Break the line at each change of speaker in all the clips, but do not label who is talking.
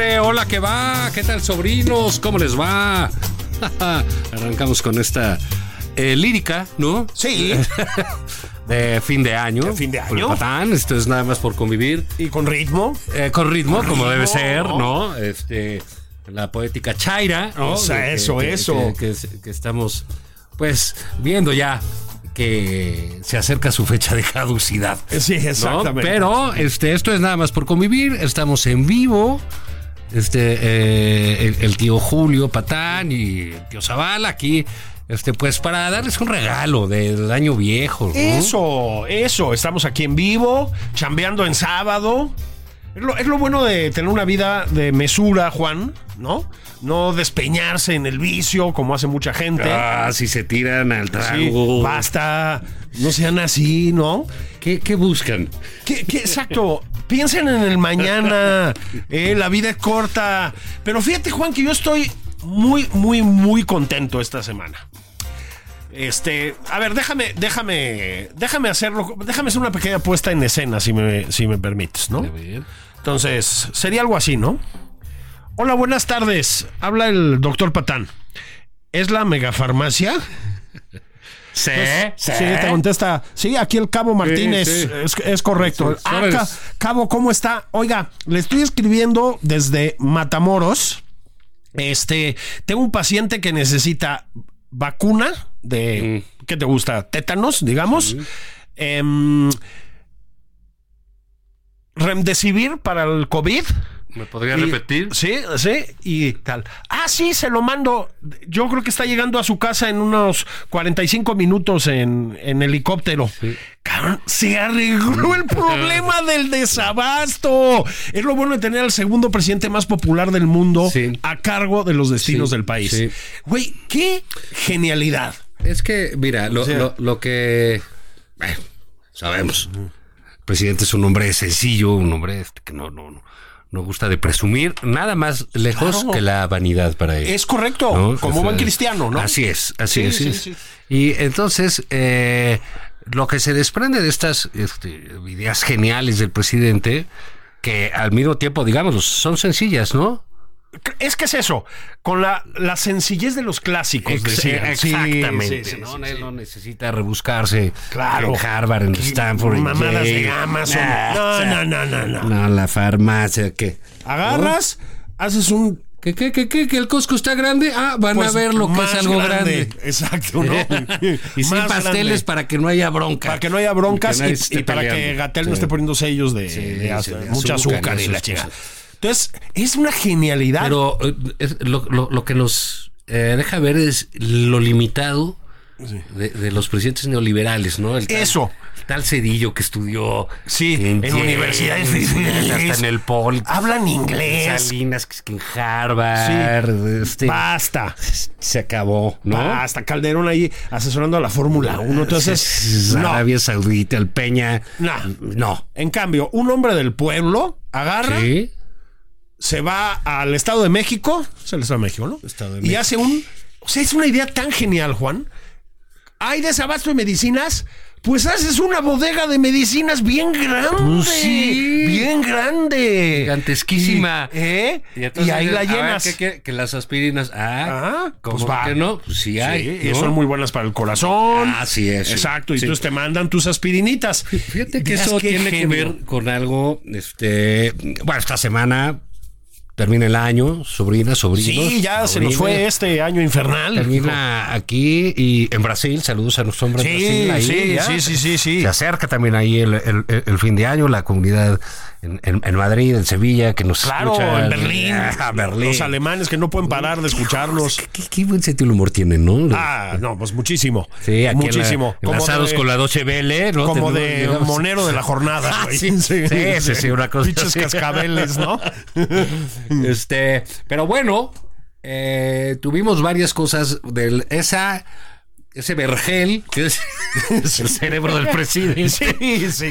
Eh, Hola, ¿qué va? ¿Qué tal, sobrinos? ¿Cómo les va? Arrancamos con esta eh, lírica, ¿no?
Sí,
De fin de año.
De fin de
Por el
año.
patán, esto es nada más por convivir.
y con ritmo.
Eh, con ritmo, como debe
ritmo,
ser, ¿no?
¿no?
Este, la poética Chaira, ¿no?
O sea,
De que-
eso,
que-
eso.
Que, que es- que estamos, pues, viendo ya que se acerca su fecha de caducidad.
Eh, Sí,
¿no?
exactamente.
Pero este, esto es nada más por convivir. Estamos en vivo. Este, eh, el, el tío Julio Patán y el tío Zavala aquí. Este, pues para darles un regalo del año viejo. ¿no?
Eso, eso. Estamos aquí en vivo, chambeando en sábado. Es lo, es lo bueno de tener una vida de mesura, Juan, ¿no? No despeñarse en el vicio como hace mucha gente.
Ah, si se tiran al
Sí,
trago.
basta, no sean así, ¿no?
¿Qué, qué buscan?
¿Qué, qué- exacto. Piensen en el mañana. eh, la vida es corta. Pero fíjate, Juan, que yo estoy muy, muy, muy contento esta semana. Este, a ver, déjame, déjame, déjame hacerlo, déjame hacer una pequeña puesta en escena, si me, si me permites, ¿no? Entonces, sería algo así, ¿no? Hola, buenas tardes. Habla el doctor Patán. ¿Es la megafarmacia?
Pues, Sí,
Pues, Sí, te contesta. Sí, aquí el Cabo Martínez.
Sí, sí.
Es, es correcto.
Sí,
Ah,
sabes.
ca- Cabo, ¿cómo está? Oiga, le estoy escribiendo desde Matamoros. Este, tengo un paciente que necesita vacuna de.
Mm.
¿Qué te gusta? Tétanos, digamos. Em, remdesivir para el COVID.
¿Me podría
Y-
repetir?
Sí, sí, y tal. Ah, sí, se lo mando. Yo creo que está llegando a su casa en unos 45 minutos en, en helicóptero. Cabrón, se arregló el problema del desabasto. Es lo bueno de tener al segundo presidente más popular del mundo
Sí.
a cargo de los destinos
Sí,
del país.
sí.
Güey, qué genialidad.
Es que, mira, lo,
sea-
lo- lo que. Bueno, sabemos. El presidente es un hombre sencillo, un hombre este que no, no, no, no gusta de presumir, nada más lejos
Claro.
que la vanidad para él.
Es correcto,
¿no?
como
O sea,
buen cristiano, ¿no?
Así es, así
Sí,
es.
sí,
así es.
sí.
Y entonces, eh, lo que se desprende de estas este, ideas geniales del presidente, que al mismo tiempo, digamos, son sencillas, ¿no?
Es que es eso, con la, la sencillez de los clásicos.
Ex-
decían.
eh,
Sí,
Exactamente.
sí, sí,
¿no?
sí,
Él
sí.
no necesita rebuscarse
Claro.
en Harvard, en
Qué
Stanford. en
Mamadas
Yale.
de Amazon.
Nah,
No,
o sea,
no, no, no, Ah. no.
No, la farmacia, ¿qué?
Agarras, haces un.
¿Qué, qué, qué, qué? ¿Que el Costco está grande? Ah, van
pues,
a ver lo que es
más
algo grande.
Exacto, ¿no?
y sin
Más
pasteles
grande.
para que no haya bronca.
Para que no haya broncas
Que nadie
y,
se esté
y para que
peleando.
Gatel no
Sí.
esté poniendo sellos de,
Sí,
de
sí,
azúcar,
de
mucha
azúcar y
azúcar y la
esas
chica.
cosas.
Entonces, es una genialidad.
Pero eh, es lo, lo- lo que nos eh, deja ver es lo limitado de, de los presidentes neoliberales, ¿no? El tal-
Eso.
el tal Cedillo que estudió
Sí, en
Yale,
universidades Ah,
en-
finales.
hasta en el Pol.
Hablan inglés.
Salinas que, es que en Harvard. este,
Basta.
se acabó, ¿no?
Basta. Oh, Calderón ahí asesorando a la Fórmula 1. Entonces, no.
Arabia Saudita, el Peña.
No.
No.
En cambio, un hombre del pueblo agarra.
Sí.
se va al Estado de México, es el Estado de México, ¿no?
Estado de
y
México.
hace un, o sea, es una idea tan genial, Juan. Hay desabasto de medicinas, Pues haces una bodega de medicinas bien grande.
Pues sí.
Bien grande.
Gigantesquísima.
Y- ¿eh?
Y entonces
Y ahí
dices,
la
a ver,
llenas.
¿qué quiere? que las aspirinas. Ah,
Ah,
¿cómo
pues va.
que no? Pues sí hay.
Sí, y
¿no?
son muy buenas para el corazón.
Así es, sí.
Exacto. Y
Sí.
entonces te mandan tus aspirinitas.
Fíjate que
Dirás,
eso
qué
tiene
genio.
que ver con algo, este, bueno, esta semana termina el año, sobrinas, sobrinos.
Sí, ya se nos
sobrinas.
fue este año infernal.
Termina aquí y en Brasil, saludos a nuestro hombre en Brasil. ahí, ya.
sí, sí.
Se acerca también ahí el, el- el fin de año, la comunidad en, en- en Madrid, en Sevilla, que nos
Claro,
escucha.
en Berlín.
Ah, Berlín.
Los alemanes que no pueden parar de escucharlos.
¿Qué, qué buen sentido del humor tienen, ¿no?
Ah, no, pues muchísimo.
sí, aquí
muchísimo.
En la- enlazados
de-
con la Doche Vele, ¿no?
como
Tenemos-
de
llegamos-
monero de la jornada,
Ah,
güey.
sí, sí, sí, sí, una cosa
Pinches
así.
cascabeles, ¿no?
Este, pero bueno, eh, tuvimos varias cosas del esa ese vergel que es el cerebro del presidente.
Sí, sí,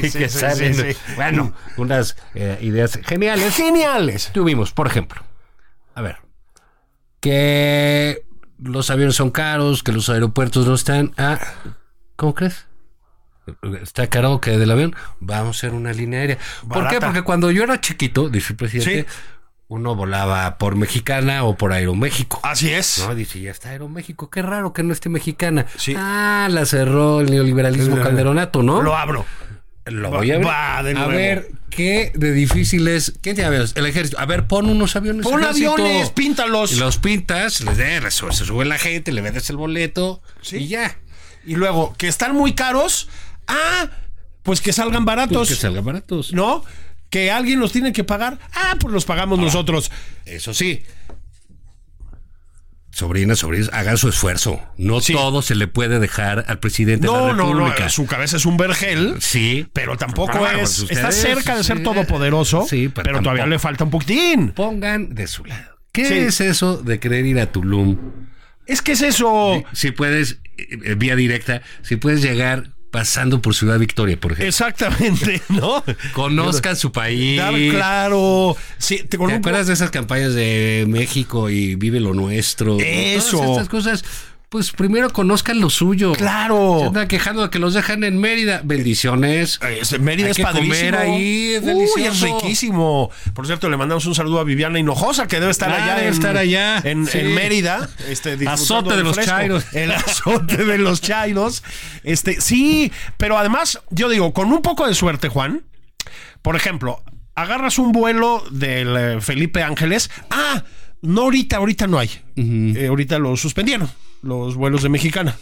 que
sí, sí,
salen,
sí, sí.
Bueno, unas eh, ideas geniales.
Geniales.
Tuvimos, por ejemplo, a ver, que los aviones son caros, que los aeropuertos no están. Ah, ¿Cómo crees? Está caro que del avión. Vamos a hacer una línea aérea. ¿Por
Barata.
qué? Porque cuando yo era chiquito, dice el presidente,
Sí.
uno volaba por Mexicana o por Aeroméxico.
Así es.
No, dice, ya está Aeroméxico. Qué raro que no esté mexicana.
Sí.
Ah, la cerró el neoliberalismo
Eh,
calderonato, ¿no?
Lo abro.
Lo voy a ver.
Va, de
a
nuevo.
ver, qué de difícil es. ¿Qué tiene aviones? El ejército. A ver, pon unos aviones.
Pon
ejército.
aviones, píntalos.
Y los pintas, les de, se se sube la gente, le vendes el boleto y ya. Pues
Y luego, que están muy caros. Ah, pues que salgan baratos.
Pues que salgan baratos.
¿No? Que alguien los tiene que pagar. Ah, pues los pagamos nosotros.
Eso sí. Sobrinas, sobrinos, hagan su esfuerzo. No
Sí.
todo se le puede dejar al presidente de
No,
la
no,
República.
no. Su cabeza es un vergel.
Sí,
Pero tampoco
Bueno,
es.
pues
está
ustedes,
cerca de ser
sí,
todopoderoso.
sí,
pero,
pero
todavía
tampoco.
le falta un poquitín.
pongan de su lado. ¿Qué
Sí.
es eso de querer ir a Tulum?
Es que es eso.
Si puedes, eh, eh, vía directa, si puedes llegar pasando por Ciudad Victoria, por ejemplo.
Exactamente, ¿no?
Conozcan su país.
Claro, claro. Sí, te
¿Te
conozco.
acuerdas de esas campañas de México y Vive lo Nuestro?
Eso.
Todas estas cosas. Pues primero conozcan lo suyo.
Claro.
Se andan quejando de que los dejan en Mérida. Bendiciones.
Este, Mérida
Hay
es
que
padrísimo.
comer ahí, es
Uy, es
delicioso.
riquísimo. Por cierto, le mandamos un saludo a Viviana Hinojosa, que debe estar
Ah,
allá.
debe
en,
estar allá.
En,
Sí.
en Mérida. Este, disfrutando
Azote de
del
los chairos.
El azote de los chairos. Este, sí, pero además, yo digo, con un poco de suerte, Juan, por ejemplo, agarras un vuelo del eh, Felipe Ángeles. Ah, no ahorita, ahorita no hay. Eh, ahorita lo suspendieron, los vuelos de Mexicana.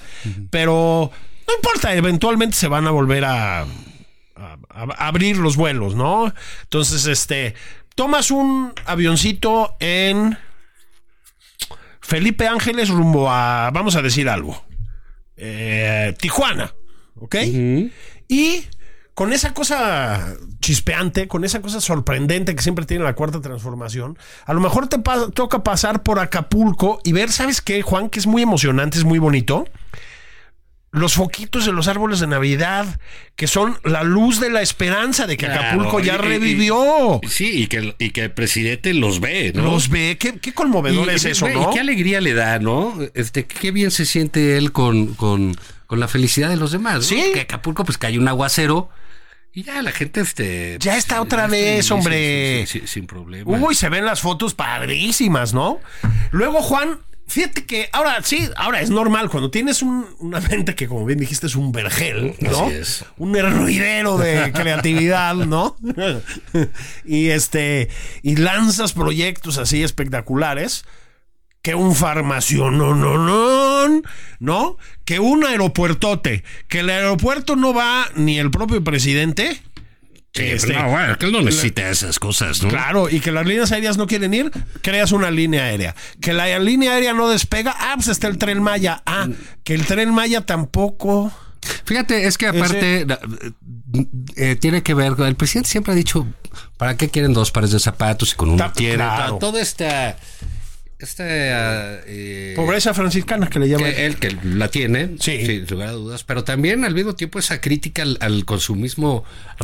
Pero no importa, eventualmente se van a volver a, a- a abrir los vuelos, ¿no? Entonces, este, tomas un avioncito en Felipe Ángeles rumbo a, vamos a decir algo, eh, Tijuana, ¿ok? Y con esa cosa chispeante, con esa cosa sorprendente que siempre tiene la cuarta transformación, a lo mejor te pa- toca pasar por Acapulco y ver, ¿sabes qué, Juan? Que es muy emocionante, es muy bonito. Los foquitos de los árboles de Navidad, que son la luz de la esperanza de que
Claro,
Acapulco ya
y- y- y-
revivió.
Sí, y que, y que el presidente los ve, ¿no?
Los ve, qué, qué conmovedor
Y-
es
y-
eso,
ve,
¿no?
Y qué alegría le da, ¿no? Este, qué bien se siente él con, con, con la felicidad de los demás. ¿no?
Sí.
Que Acapulco, pues cae un aguacero y ya la gente, este.
Ya está otra
está
vez,
feliz,
hombre.
sí, sí, sí, sin problema.
Uy, se ven las fotos padrísimas, ¿no? Luego, Juan, fíjate que ahora sí, ahora es normal cuando tienes un- una mente que, como bien dijiste, es un vergel, ¿no?
Así es.
Un hervidero de creatividad, ¿no? y este, y lanzas proyectos así espectaculares. Que un farmacio, no, no, no, ¿no? Que un aeropuertote. Que el aeropuerto no va ni el propio presidente.
Sí, pero
este,
no, bueno, que él no necesita esas cosas, ¿no?
Claro, y que las líneas aéreas no quieren ir, creas una línea aérea. Que la línea aérea no despega, ah, pues está el tren Maya. Ah, que el tren Maya tampoco.
Fíjate, es que aparte la- eh, tiene que ver con. El presidente siempre ha dicho: ¿para qué quieren dos pares de zapatos y con uno
Ta-
quiere?
claro.
Ta- Todo esta. esta eh,
Pobreza franciscana que le llaman.
que eh, él que la tiene,
Sí.
sin lugar a dudas, pero también al mismo tiempo esa crítica al, al consumismo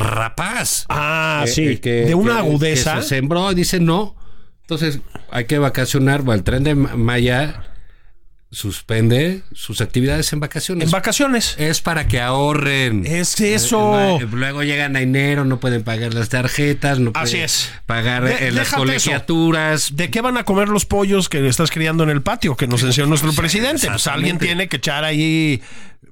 rapaz.
ah,
Eh,
sí.
eh, que-
de una
que-
agudeza.
que se sembró y dice no. Entonces hay que vacacionar, va el tren de Ma- Maya suspende sus actividades en vacaciones.
En vacaciones.
es para que ahorren.
Es eso.
Eh, eh, Luego llegan a enero, no pueden pagar las tarjetas, no pueden
Así es.
pagar
De-
eh, las
déjate eso.
colegiaturas.
¿De qué van a comer los pollos que estás criando en el patio? Que nos enseñó nuestro presidente. Pues alguien
exactamente.
tiene que echar ahí.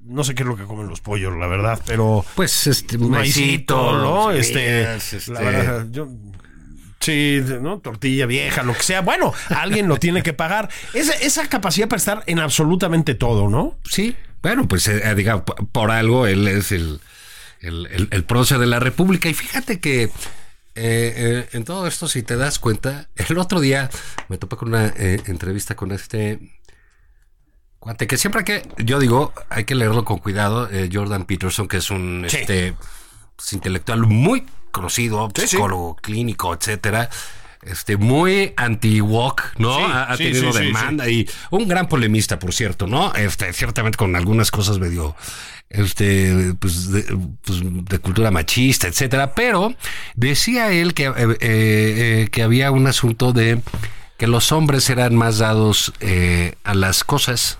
No sé qué es lo que comen los pollos, la verdad, pero.
Pues este
maicito, ¿no?
semillas,
Este, la verdad, yo- sí, ¿no? Tortilla vieja, lo que sea. Bueno, alguien lo tiene que pagar. Esa, esa capacidad para estar en absolutamente todo, ¿no?
Sí, bueno, pues eh, eh, diga, p- por algo él es el, el, el- el prócer de la República. Y fíjate que eh, eh, en todo esto, si te das cuenta, el otro día me topé con una eh, entrevista con este cuate que siempre que yo digo, hay que leerlo con cuidado. eh, Jordan Peterson, que es un
Sí.
este, pues, intelectual muy conocido, psicólogo clínico, etcétera. Este, muy anti-walk, ¿no?
Sí,
ha ha
sí,
tenido
sí, sí,
demanda y un gran polemista, por cierto, ¿no? Este, ciertamente con algunas cosas medio, este, pues de, pues, de cultura machista, etcétera. Pero decía él que, eh, eh, eh, que había un asunto de que los hombres eran más dados eh, a las cosas.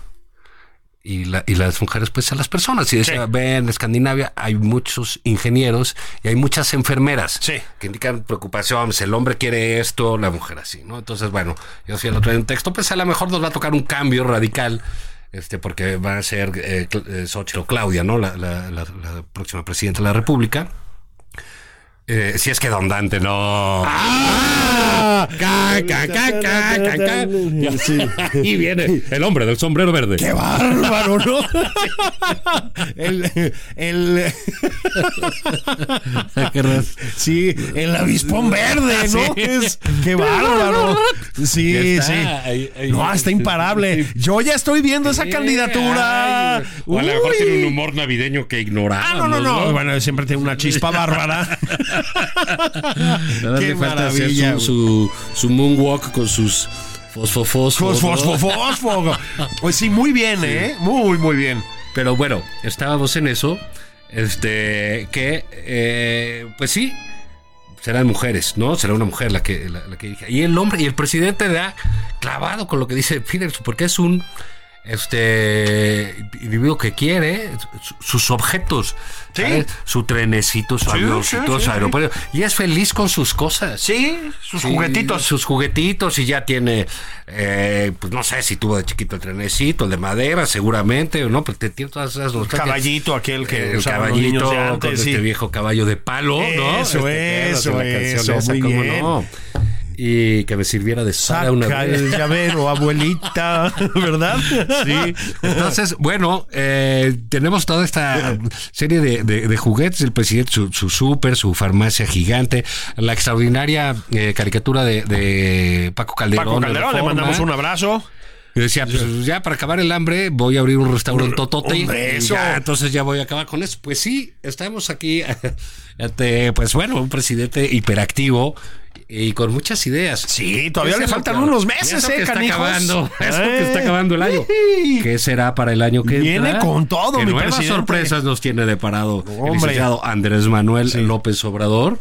Y, la- y las mujeres, pues a las personas. Y decía, ven, en Escandinavia hay muchos ingenieros y hay muchas enfermeras
Sí.
que indican preocupación. pues, El hombre quiere esto, la mujer así, ¿no? Entonces, bueno, yo sí el otro día en un texto, pues a lo mejor nos va a tocar un cambio radical, este, porque va a ser eh, Cl- eh, Xochitl Claudia, ¿no? La, la- la- la próxima presidenta de la República. Eh, si es que Don Dante no. Ca, ca, ca, ca, ca, ca. Y viene el hombre del sombrero verde.
¡Qué bárbaro, ¿no? el, el, sí, el avispón verde, ¿no? Es- ¡Qué bárbaro!
Ya
Sí,
está,
sí.
ahí- ahí-
No, está imparable. Yo ya estoy viendo esa candidatura.
Ay, o a lo mejor
Uy.
tiene un humor navideño que ignoramos.
Ah, no, no, no. Bueno, siempre tiene una chispa bárbara.
Nada más
Qué
le falta hacer su,
maravilla, güey.
su, su moonwalk con sus fosfofos.
Fosfo, fosfo. Pues sí, muy bien, ¿eh? Muy, muy bien.
Pero bueno, estábamos en eso. Este, que, eh, pues sí, serán mujeres, ¿no? Será una mujer la que, la, la que dirija. Y el hombre, y el presidente da clavado con lo que dice Phillips, porque es un este individuo que quiere su- sus objetos,
Sí.
¿sabes? su trenecito, su
Sí,
avioncito,
sí, sí,
su
sí.
aeropuerto, y es feliz con sus cosas.
Sí, sus
Sí, Sus juguetitos y ya tiene, eh, pues no sé si tuvo de chiquito el trenecito, el de madera seguramente, o no, pero te tiene todas esas
El
nostalgias.
caballito aquel que
el
usaban los
caballito
niños de
con
antes,
este
sí.
viejo caballo de palo, ¿no?
Eso,
Este,
eso,
claro, de la canción
eso, muy
¿cómo
bien.
no? Y que me sirviera de sala una
Saca
vez.
el llavero, abuelita, ¿verdad?
Sí. Entonces, bueno, eh, tenemos toda esta serie de, de- de juguetes, el presidente, su, su súper, su farmacia gigante, la extraordinaria eh, caricatura de, de Paco Calderón.
Paco
de
Calderón, le
Reforma.
mandamos un abrazo.
Y decía, pues ya para acabar el hambre voy a abrir un restaurante totote.
hombre,
y
eso.
ya, entonces ya voy a acabar con eso. Pues sí, estamos aquí ante, pues bueno, un presidente hiperactivo y con muchas ideas.
Sí, todavía le
Eso
faltan
que-
unos meses,
eso
eh,
que está
canijos.
acabando, eso que está
Eh.
acabando el año.
Sí.
¿Qué será para el año que
Viene
entra?
con todo,
¿Qué
mi
nuevas
presidente.
sorpresas nos tiene deparado el
Hombre.
licenciado Andrés Manuel López Obrador?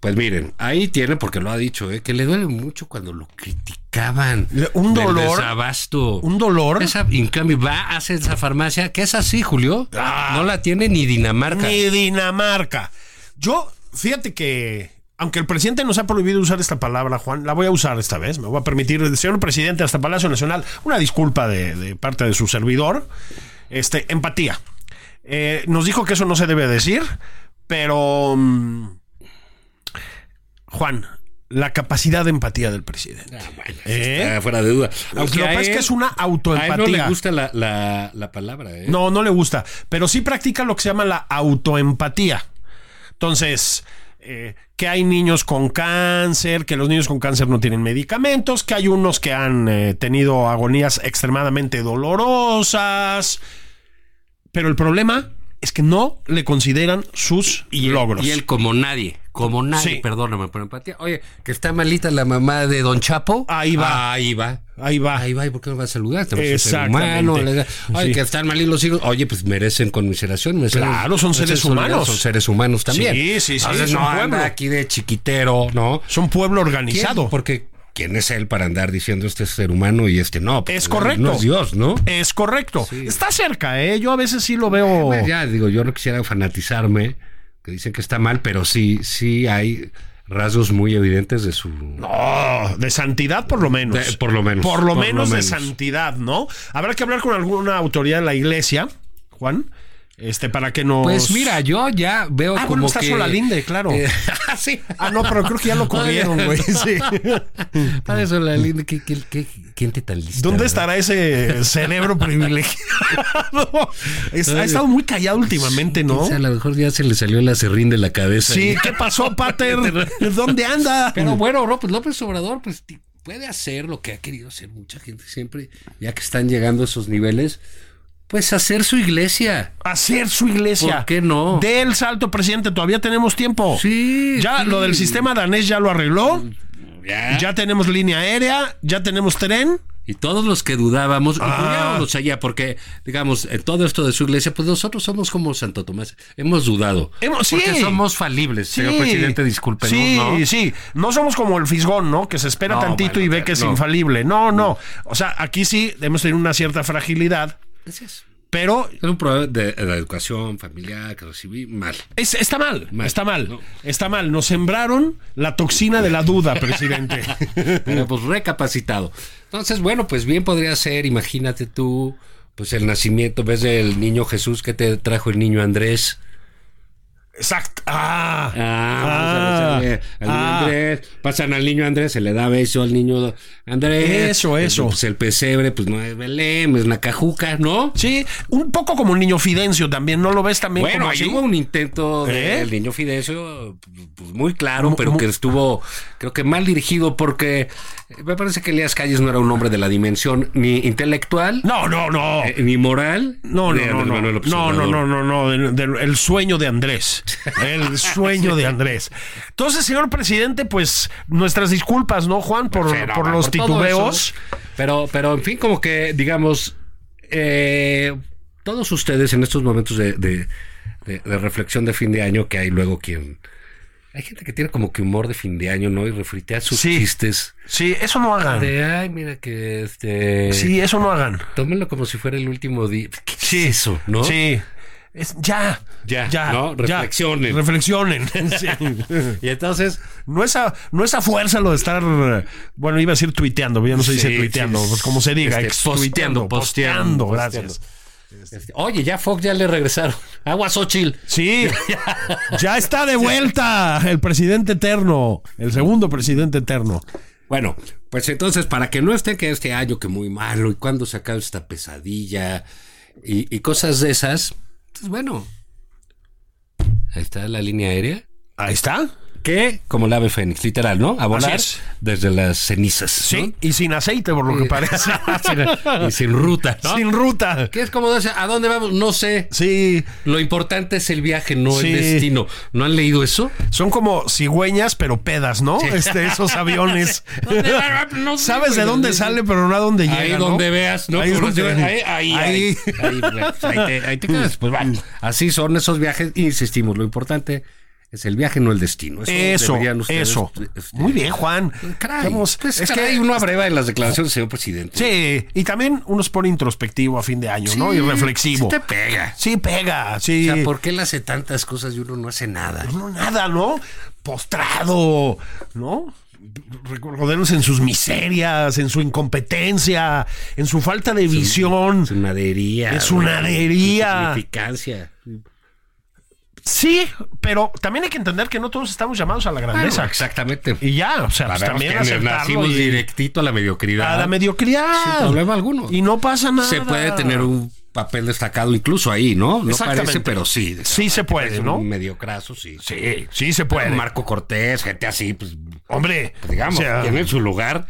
Pues miren, ahí tiene, porque lo ha dicho, eh, que le duele mucho cuando lo criticaban.
Le- un
del
dolor.
desabasto.
Un dolor.
Esa, en cambio, va a hacer esa farmacia, que es así, Julio. No la tiene ni Dinamarca.
Ah. Ni Dinamarca. Yo, fíjate que, aunque el presidente nos ha prohibido usar esta palabra, Juan, la voy a usar esta vez. Me voy a permitir, señor presidente, hasta Palacio Nacional, una disculpa de, de parte de su servidor. Este, empatía. Eh, nos dijo que eso no se debe decir, pero. mm, Juan, la capacidad de empatía del presidente. ¿Eh?
Ah, fuera de duda.
Lo que
a
pasa es
él-
que es una
A él no
autoempatía.
le gusta la, la- la palabra, ¿eh?
No, no le gusta. Pero sí practica lo que se llama la autoempatía. Entonces, eh, que hay niños con cáncer, que los niños con cáncer no tienen medicamentos, que hay unos que han eh, tenido agonías extremadamente dolorosas. Pero el problema es que no le consideran sus
él-
logros.
Y él como nadie, como nadie,
Sí.
perdóname por empatía. Oye, que está malita la mamá de Don Chapo. Ah,
Ahí va.
Ahí va.
Ahí va.
Ahí va, ¿y por qué no va a saludar? Te vas a ser
Exactamente.
humano, le da- Ay,
Sí.
que están mal y los hijos. Oye, pues merecen conmiseración. merecen-
Claro, son
merecen
seres
solidaridad,
humanos.
Son seres humanos también.
Sí, sí, sí,
Entonces,
es un
no anda
pueblo.
aquí de chiquitero, ¿no?
Es un pueblo
¿Quién?
organizado.
Porque quién es él para andar diciendo este es ser humano y este no. Porque
Es
no-
correcto. Eh,
No es Dios, ¿no?
Es correcto. Está cerca, ¿eh? Yo a veces sí lo veo.
Bueno, ya digo, yo no quisiera fanatizarme, que dicen que está mal, pero sí, sí hay rasgos muy evidentes de su...
Oh, de santidad por lo menos.
De- por lo menos,
Por lo
por lo
menos de
menos.
santidad, ¿no? Habrá que hablar con alguna autoridad de la iglesia, Juan, este, para que nos...
Pues mira, yo ya veo
Ah,
como
bueno, está
que...
Solalinde, claro.
Eh, ah, sí.
Ah, no, pero creo que ya lo corrieron, güey. sí.
Padre Solalinde, ¿qué, qué, qué, quién te tan lista?
¿Dónde
verdad?
estará ese cerebro privilegiado? Es- ha estado muy callado últimamente, ¿no?
O sea, a lo mejor ya se le salió el acerrín de la cabeza.
Sí, ¿qué pasó, Pater? ¿Dónde anda?
Pero bueno, no, pues López Obrador pues ti- puede hacer lo que ha querido hacer mucha gente siempre, ya que están llegando a esos niveles, pues hacer su iglesia.
hacer su iglesia.
¿Por qué no?
Dé el salto, presidente, todavía tenemos tiempo.
Sí,
Ya
sí.
lo del sistema danés ya lo arregló.
Ya.
Ya tenemos línea aérea, ya tenemos tren.
Y todos los que dudábamos,
Ah.
incluyámonos allá, porque, digamos, en todo esto de su iglesia, pues nosotros somos como Santo Tomás, hemos dudado.
Hemos- sí.
Porque somos falibles, señor
Sí.
presidente, discúlpenos,
Sí,
¿no?
sí. No somos como el fisgón, ¿no? Que se espera
No,
tantito
bueno,
y ve
pero
que es
no. Mm.
infalible. No, no. O sea, aquí sí hemos tenido una cierta fragilidad,
Así es.
pero
Es un problema de, de la educación familiar que recibí mal.
es- está mal,
Mal.
Está mal.
No.
Está mal. Nos sembraron la toxina de la duda, presidente.
Pero pues recapacitado. Entonces, bueno, pues bien podría ser, imagínate tú, pues el nacimiento, ves el niño Jesús que te trajo el niño Andrés.
Exacto. Ah.
Ah, vamos a rezarle al niño
Ah.
Andrés. Pasan al niño Andrés, se le da beso al niño Andrés.
Eso, eso.
Pues el pesebre, pues no es Belén, es Nacajuca, ¿no?
Sí, un poco como el niño Fidencio también, ¿no lo ves también
Bueno,
como
ahí
así?
hubo un intento
¿Eh?
del niño Fidencio pues, muy claro,
Mu-
pero
mu-
que estuvo, creo que mal dirigido, porque eh, me parece que Elías Calles no era un hombre de la dimensión ni intelectual,
No, no, no.
eh, ni moral.
no,
de
no,
Andrés
no, no,
Manuel
no,
López
no, no,
Obrador.
no, no, no, del- del- el sueño de Andrés, el sueño de Andrés. Entonces, señor presidente, pues nuestras disculpas, ¿no, Juan, por,
Pero,
por los
todo
titubeos?
eso, pero, pero, en fin, como que, digamos, eh, todos ustedes en estos momentos de, de- de- de reflexión de fin de año, que hay luego quien. Hay gente que tiene como que humor de fin de año, ¿no? Y refritea sus
Sí.
chistes.
Sí, eso no hagan.
De, ay, mira que este.
Sí, eso no hagan.
Tómenlo como si fuera el último día. ¿Qué es
Sí,
eso, no?
Sí. Es- ya,
Ya,
ya,
¿no?
ya.
Reflexionen.
Reflexionen. Sí.
Y entonces,
No es, a, no es a fuerza lo de estar, eh, bueno, iba a decir tuiteando, pero ya no se dice
Sí,
tuiteando,
sí,
pues como se diga,
este,
extuiteando,
posteando, posteando,
gracias.
este, oye, ya Fox ya le regresaron. Agua Xochitl.
Sí, ya está de vuelta el presidente eterno, el segundo presidente eterno.
Bueno, pues entonces, para que no estén que este año que muy malo y cuándo se acaba esta pesadilla y, y cosas de esas, pues bueno, ahí está la línea aérea.
Ahí está.
Que, como el ave fénix, literal, ¿no? A volar
Así es.
desde las cenizas.
Sí, y sin aceite, por lo que parece.
¿no? Y sin ruta, ¿no?
Eh, sin ruta.
Que es como, dice, ¿a dónde vamos? No sé.
Sí,
Lo importante es el viaje, no
Sí.
el destino. ¿No han leído eso?
son como cigüeñas, pero pedas, ¿no? Este, esos aviones.
¿Dónde va? No sé,
Sabes de
güey.
dónde sale, pero no a dónde llega.
Ahí
¿no?
donde veas, ¿no?
Ahí
Ahí,
es donde-
ahí, ahí, ahí, ahí, pues, ahí te, ahí te quedas. Pues va. Así son esos viajes. Insistimos, lo importante es el viaje, no el destino.
Eso,
deberían ustedes,
eso.
este,
Muy bien, Juan.
Caray,
Estamos-
pues, caray, uno abreva en las declaraciones del señor presidente.
Sí, y también uno se pone introspectivo a fin de año, ¿no? Y
Sí,
reflexivo.
sí te pega.
Sí, pega, sí.
O sea, ¿por qué él hace tantas cosas y uno no hace nada?
pues no nada, ¿no? Postrado, ¿no? Recordemos en sus miserias, en su incompetencia, en su falta de visión.
Es una herida.
Es una
güey.
herida.
Significancia.
Sí, pero también hay que entender que no todos estamos llamados a la grandeza.
Bueno, exactamente.
Y ya, o sea, pues,
Sabemos
también
que
aceptarlo
nacimos
y-
directito a la mediocridad.
a la mediocridad.
Sin problema alguno.
Y no pasa nada.
se puede tener un papel destacado incluso ahí, ¿no? No
Exactamente.
parece, pero sí.
Sí se puede,
Es
¿no?
Un medio craso, sí.
Sí, sí se puede.
Marco Cortés, gente así, pues,
Hombre,
digamos,
o sea,
tiene su lugar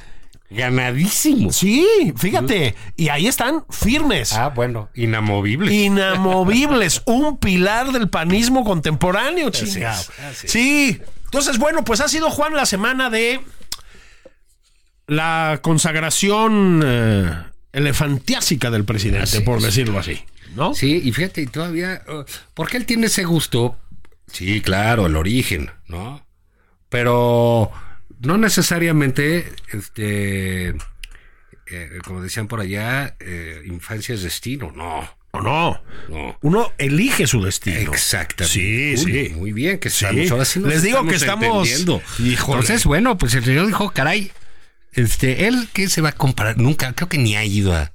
ganadísimo.
Sí, fíjate. Y ahí están firmes.
Ah, bueno, inamovible.
Inamovibles, un pilar del panismo contemporáneo, chingado. Sí. Entonces, bueno, pues ha sido Juan la semana de la consagración eh, elefantiásica del presidente,
Así
por
es.
decirlo así, ¿no?
Sí, y fíjate, y todavía, eh, porque él tiene ese gusto, sí, claro, el origen, ¿no? Pero no necesariamente, este, eh, como decían por allá, eh, infancia es destino, no.
No, no.
No.
Uno elige su destino.
Exactamente.
Sí,
Uy,
sí.
Muy bien, que estamos.
Sí.
Ahora sí nos
Les digo que estamos-
entendiendo.
Híjole.
Entonces, bueno, pues el señor dijo, caray, este, él que se va a comparar, nunca, creo que ni ha ido a,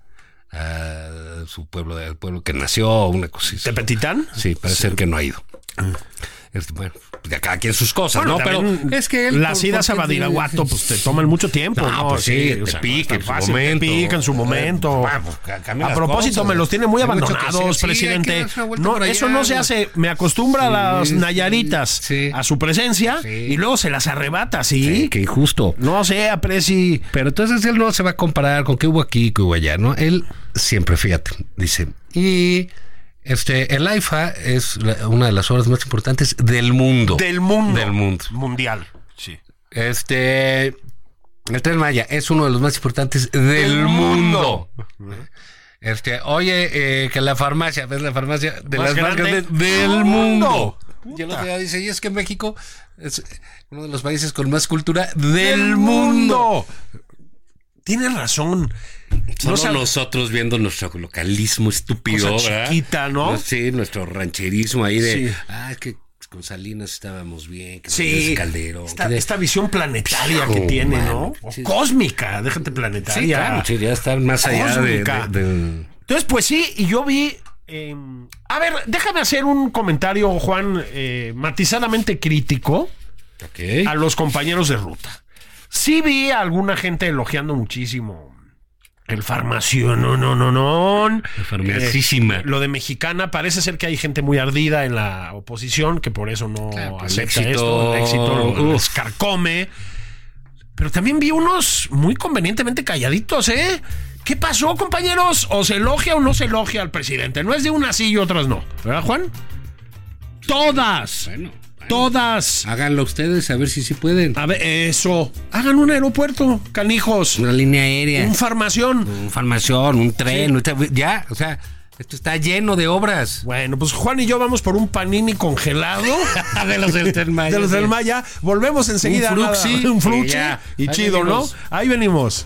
a su pueblo, al pueblo que nació, una cosa así.
¿Tepetitán?
Sí, parece ser que no ha ido. Este, bueno, de cada quien sus cosas,
Bueno,
¿no?
también
Pero es que él.
las
por-
idas a
porque-
Badiraguato pues te toman mucho tiempo.
No,
No,
pues sí, te
o sea,
pica
no
en
es
su
tan fácil,
momento.
Te pica en su
Eh,
momento.
va, pues, ca- cambia
a
las
propósito,
cosas,
me los tiene muy
hay mucho que hacer.
abandonados,
Sí, hay que
presidente.
darse una vuelta
No,
por
eso
allá,
no se
güey.
hace. Me acostumbra a las
Sí,
nayaritas
sí.
a su presencia
Sí.
y luego se las arrebata, ¿sí?
Sí, que injusto.
No sé, apreci.
Pero entonces él no se va a comparar con qué hubo aquí, qué hubo allá, ¿no? Él siempre, fíjate, dice. Y este, el AIFA es la- una de las obras más importantes del mundo.
Del mundo.
Del mundo.
Mundial. Sí.
Este, el Tren Maya es uno de los más importantes del, mundo. Este, oye, eh, que la farmacia, ves la farmacia de
Más
las más
grande
grandes del
del
mundo.
mundo.
Y el otro día dice, y es que México es uno de los países con más cultura del mundo.
Tienes razón.
Solo
No sab-
nosotros viendo nuestro localismo estúpido,
Cosa
¿verdad? Pues
chiquita, ¿no?
Sí, nuestro rancherismo ahí de,
Sí.
ah, es que con Salinas estábamos bien, que
Sí,
con Calderón.
esta,
que de-
esta visión planetaria
Hijo,
que tiene,
mano,
¿no?
sí.
O Cósmica, déjate planetaria.
Sí, claro, sí, ya estar más allá de-
Cósmica.
de- de...
Entonces, pues sí, y yo vi. eh, a ver, déjame hacer un comentario, Juan, eh, matizadamente crítico
Ok.
a los compañeros de ruta. Sí vi a alguna gente elogiando muchísimo el farmacio, no, no, no, no. Eh,
farmacisísima.
lo de mexicana, parece ser que hay gente muy ardida en la oposición, que por eso no
Claro, pues,
acepta
el éxito,
esto. El éxito lo- los
uf.
carcome. Pero también vi unos muy convenientemente calladitos, ¿eh? ¿Qué pasó, compañeros? ¿O se elogia o no se elogia al presidente? No es de unas sí y otras no. ¿Verdad, Juan? Todas.
Bueno, bueno.
Todas.
Háganlo ustedes a ver si sí pueden.
A ver, eso. Hagan un aeropuerto, canijos.
Una línea aérea,
Un farmación.
un farmación, un tren, un- ya, o sea, esto está lleno de obras.
Bueno, pues Juan y yo vamos por un panini congelado.
Ah, de los del Tren Maya.
de los del Maya. Volvemos enseguida.
Un
nada.
fruxi.
Un
Y
fruxi.
ya.
Y
Ahí
chido, ¿no?
venimos.
Ahí venimos.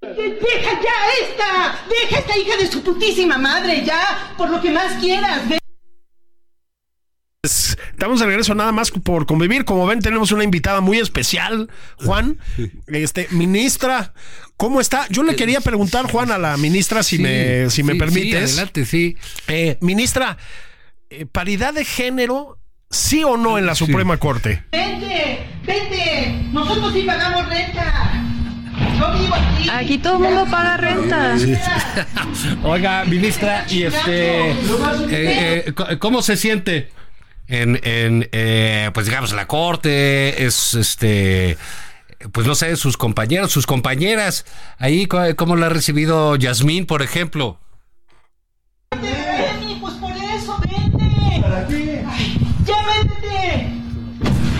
¡Deja ya esta! ¡Deja esta hija de su putísima madre ya! Por lo que más quieras, ve.
Estamos de regreso nada más por convivir. Como ven, tenemos una invitada muy especial, Juan. Este, ministra, ¿cómo está? Yo le quería preguntar, Juan, a la ministra, si
Eh, Sí,
me, si me
sí,
permites.
Sí, adelante, sí.
Eh, ministra, eh, ¿paridad de género, sí o no en la Suprema Corte?
¡Vente! ¡Vente! Nosotros sí pagamos renta. Yo vivo aquí.
Aquí todo el mundo paga renta.
Oiga, ministra, y este, eh, eh, co- ¿cómo se siente? En, en, eh, pues digamos, la corte, es este, pues no sé, sus compañeros, sus compañeras, ahí, co- ¿cómo la ha recibido Yasmín, por ejemplo?
¡Vente, pues por eso, vente! ¿Para qué? ¡Ya vente!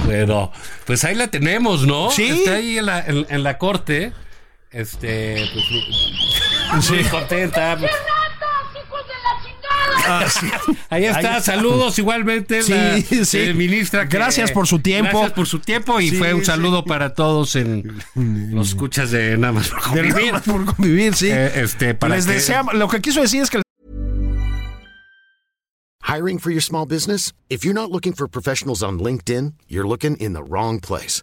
Bueno, pues ahí la tenemos, ¿no?
Sí.
Está ahí en la, en, en la corte. Este, pues, muy contenta. Ahí está,
Ahí-
saludos igualmente, la,
Sí, sí.
eh, ministra. que-
Gracias por su tiempo.
Gracias por su tiempo y
Sí,
fue un
sí. Mm.
saludo para todos en los escuchas de nada más. por
De
Convivir.
nada por convivir, sí.
Eh, este, para
Les
que-
deseamos, lo que quiso decir es que
Hiring for your small business? If you're not looking for professionals on LinkedIn, you're looking in the wrong place.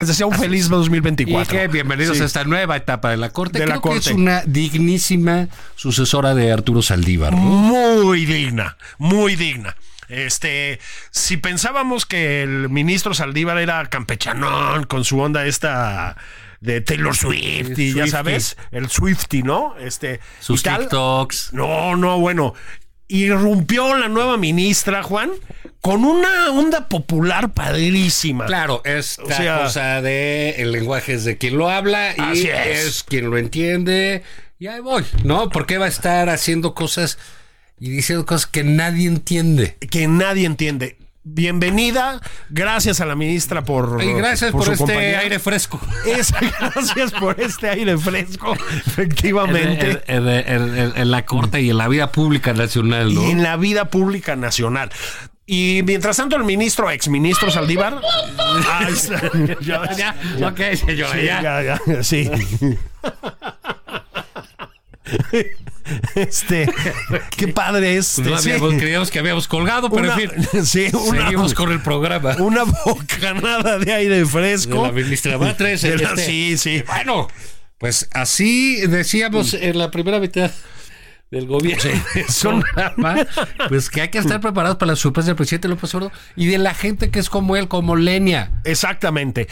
Les deseo un feliz
Y
2024.
que bienvenidos
Sí.
a esta nueva etapa de la Corte.
De la
Creo que
Corte.
es una dignísima sucesora de Arturo Saldívar.
Mm.
¿no?
Muy digna, muy digna. Este, si pensábamos que el ministro Saldívar era campechanón con su onda esta de Taylor Swift y
Sí,
ya
Swiftie.
sabes, el Swifty, ¿no? Este,
Sus
y tal.
TikToks.
No, no, bueno. Irrumpió la nueva ministra, Juan, con una onda popular padrísima.
Claro, esta
O sea-
cosa de el lenguaje es de quien lo habla y
Así es.
es. quien lo entiende. Y ahí voy, ¿no? Porque va a estar haciendo cosas y diciendo cosas que nadie entiende.
que nadie entiende. Bienvenida, gracias a la ministra por.
Y gracias por,
su
este
compañía.
aire fresco.
Es- gracias por este aire fresco, efectivamente.
En, en- en- en- en la corte y en la vida pública nacional, ¿no?
Y en la vida pública nacional. Y mientras tanto, el ministro, exministro Saldívar. Ah, es- ya ves.
Ya, ok, señora,
Sí,
ya.
ya, ya, sí. Este, qué padre es. este,
Pues no habíamos, creíamos que habíamos colgado, pero
Una-
en fin.
sí, una-
seguimos con el programa.
una bocanada de aire
de
fresco.
la ministra Batres.
De
el
la-
este.
Sí, sí.
Bueno, pues así decíamos en la primera mitad del gobierno. de
Son-
Sonora, pues que hay que estar preparados para las sorpresas del presidente López Obrador y de la gente que es como él, como Lenia.
Exactamente.